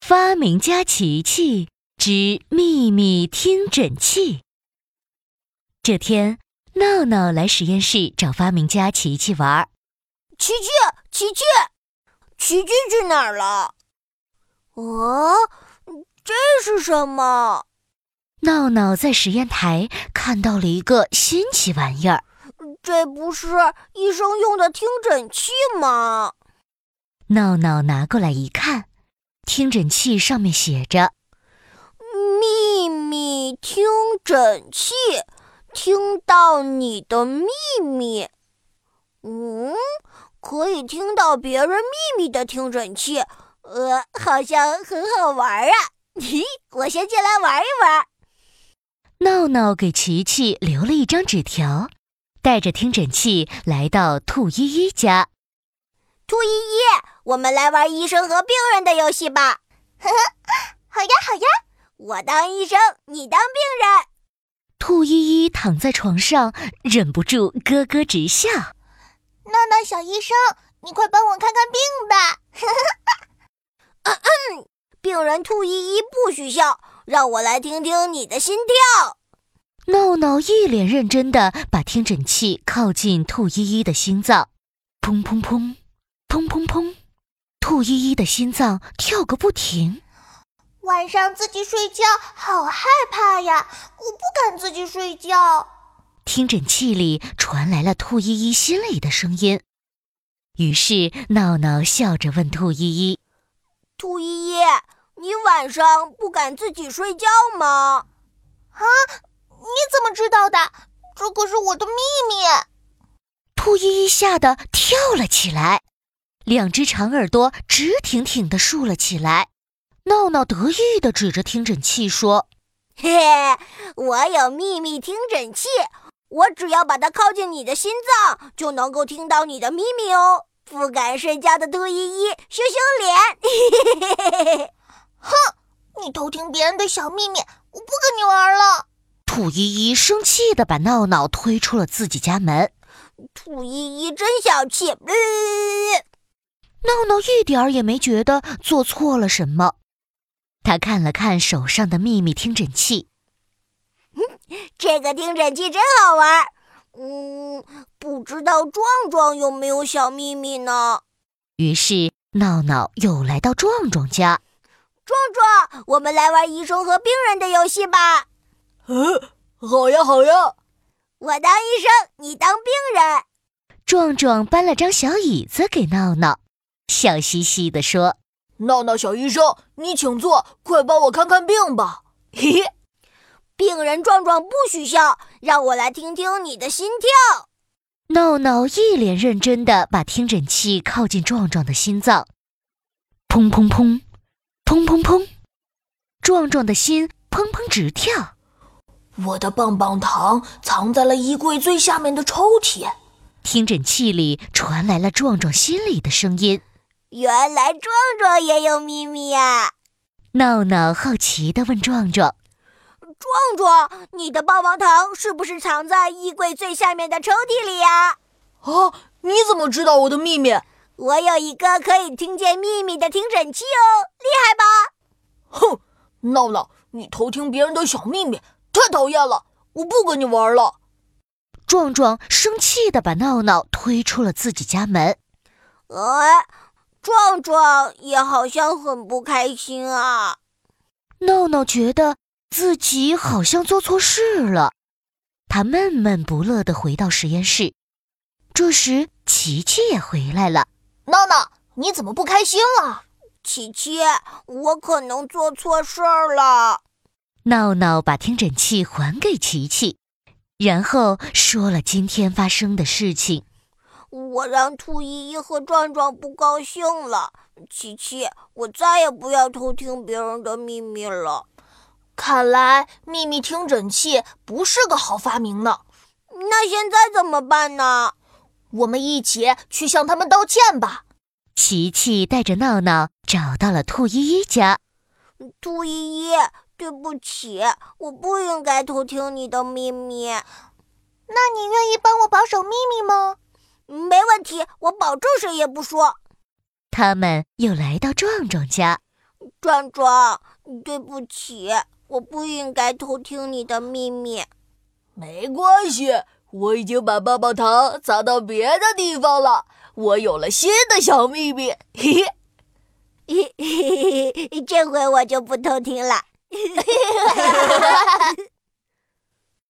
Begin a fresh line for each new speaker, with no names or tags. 发明家琪琪之秘密听诊器。这天，闹闹来实验室找发明家琪琪玩儿。
琪琪，琪琪，琪琪去哪儿了？
啊
哦，这是什么？
闹闹在实验台看到了一个新奇玩意儿，
这不是医生用的听诊器吗？
闹闹拿过来一看，听诊器上面写着
秘密听诊器，听到你的秘密。嗯，可以听到别人秘密的听诊器，呃，好像很好玩啊！咦，我先进来玩一玩。
闹闹给琪琪留了一张纸条，带着听诊器来到兔依依家。
兔依依，我们来玩医生和病人的游戏吧。 呵呵，好呀好呀，我当医生，你当病人。
兔依依躺在床上，忍不住咯咯直笑。
闹闹小医生，你快帮我看看病 吧！
啊嗯病人兔依依不许笑，让我来听听你的心跳。
闹闹一脸认真的把听诊器靠近兔依依的心脏，砰砰砰，砰砰砰，兔依依的心脏跳个不停。
晚上自己睡觉好害怕呀，我不敢自己睡觉。
听诊器里传来了兔依依心里的声音。于是闹闹笑着问兔依依
兔依依，你晚上不敢自己睡觉吗？
啊你怎么知道的？这可是我的秘密。：“
兔依依吓得跳了起来，两只长耳朵直挺挺地竖了起来。”闹闹得意地指着听诊器说
嘿嘿， 我有秘密听诊器，我只要把它靠近你的心脏，就能够听到你的秘密哦。不敢睡觉的兔依依，羞羞脸。
你偷听别人的小秘密，我不跟你玩了。：“
兔依依生气地把闹闹推出了自己家门。
兔依依真小气。 呃”
闹闹一点儿也没觉得做错了什么。他看了看手上的秘密听诊器，
这个听诊器真好玩儿。嗯，不知道壮壮有没有小秘密呢？
于是闹闹又来到壮壮家。
壮壮，我们来玩医生和病人的游戏吧。嗯，好呀好呀。我当医生，你当病人。
壮壮搬了张小椅子给闹闹，笑嘻嘻地说
闹闹小医生，你请坐，快帮我看看病吧。嘿嘿，病人壮壮不许笑，让我来听听你的心跳。：“
闹闹一脸认真地把听诊器靠近壮壮的心脏，砰砰砰，砰砰砰，壮壮的心砰砰直跳。
我的棒棒糖藏在了衣柜最下面的抽屉。
听诊器里传来了壮壮心里的声音。
原来壮壮也有秘密啊呀、
闹闹好奇地问壮壮
壮壮，你的棒棒糖是不是藏在衣柜最下面的抽屉里呀、
啊！你怎么知道我的秘密？
我有一个可以听见秘密的听诊器哦，厉害吧？
哼，闹闹，你偷听别人的小秘密，太讨厌了！我不跟你玩了。：“
壮壮生气地把闹闹推出了自己家门。”
哎，壮壮也好像很不开心啊。
闹闹觉得自己好像做错事了，他闷闷不乐地回到实验室。这时，琪琪也回来了。
闹闹，你怎么不开心啊了？
琪琪，我可能做错事儿了。
闹闹把听诊器还给琪琪，然后说了今天发生的事情。
我让兔依依和壮壮不高兴了。琪琪，我再也不要偷听别人的秘密了。
看来秘密听诊器不是个好发明呢。
那现在怎么办呢？
我们一起去向他们道歉吧。
琪琪带着闹闹找到了兔依依家。
兔依依，对不起，我不应该偷听你的秘密。
那你愿意帮我保守秘密吗？
没问题，我保证谁也不说。
他们又来到壮壮家。
壮壮，对不起，我不应该偷听你的秘密。
没关系，我已经把棒棒糖藏到别的地方了。我有了新的小秘密，嘿嘿。
这回我就不偷听了。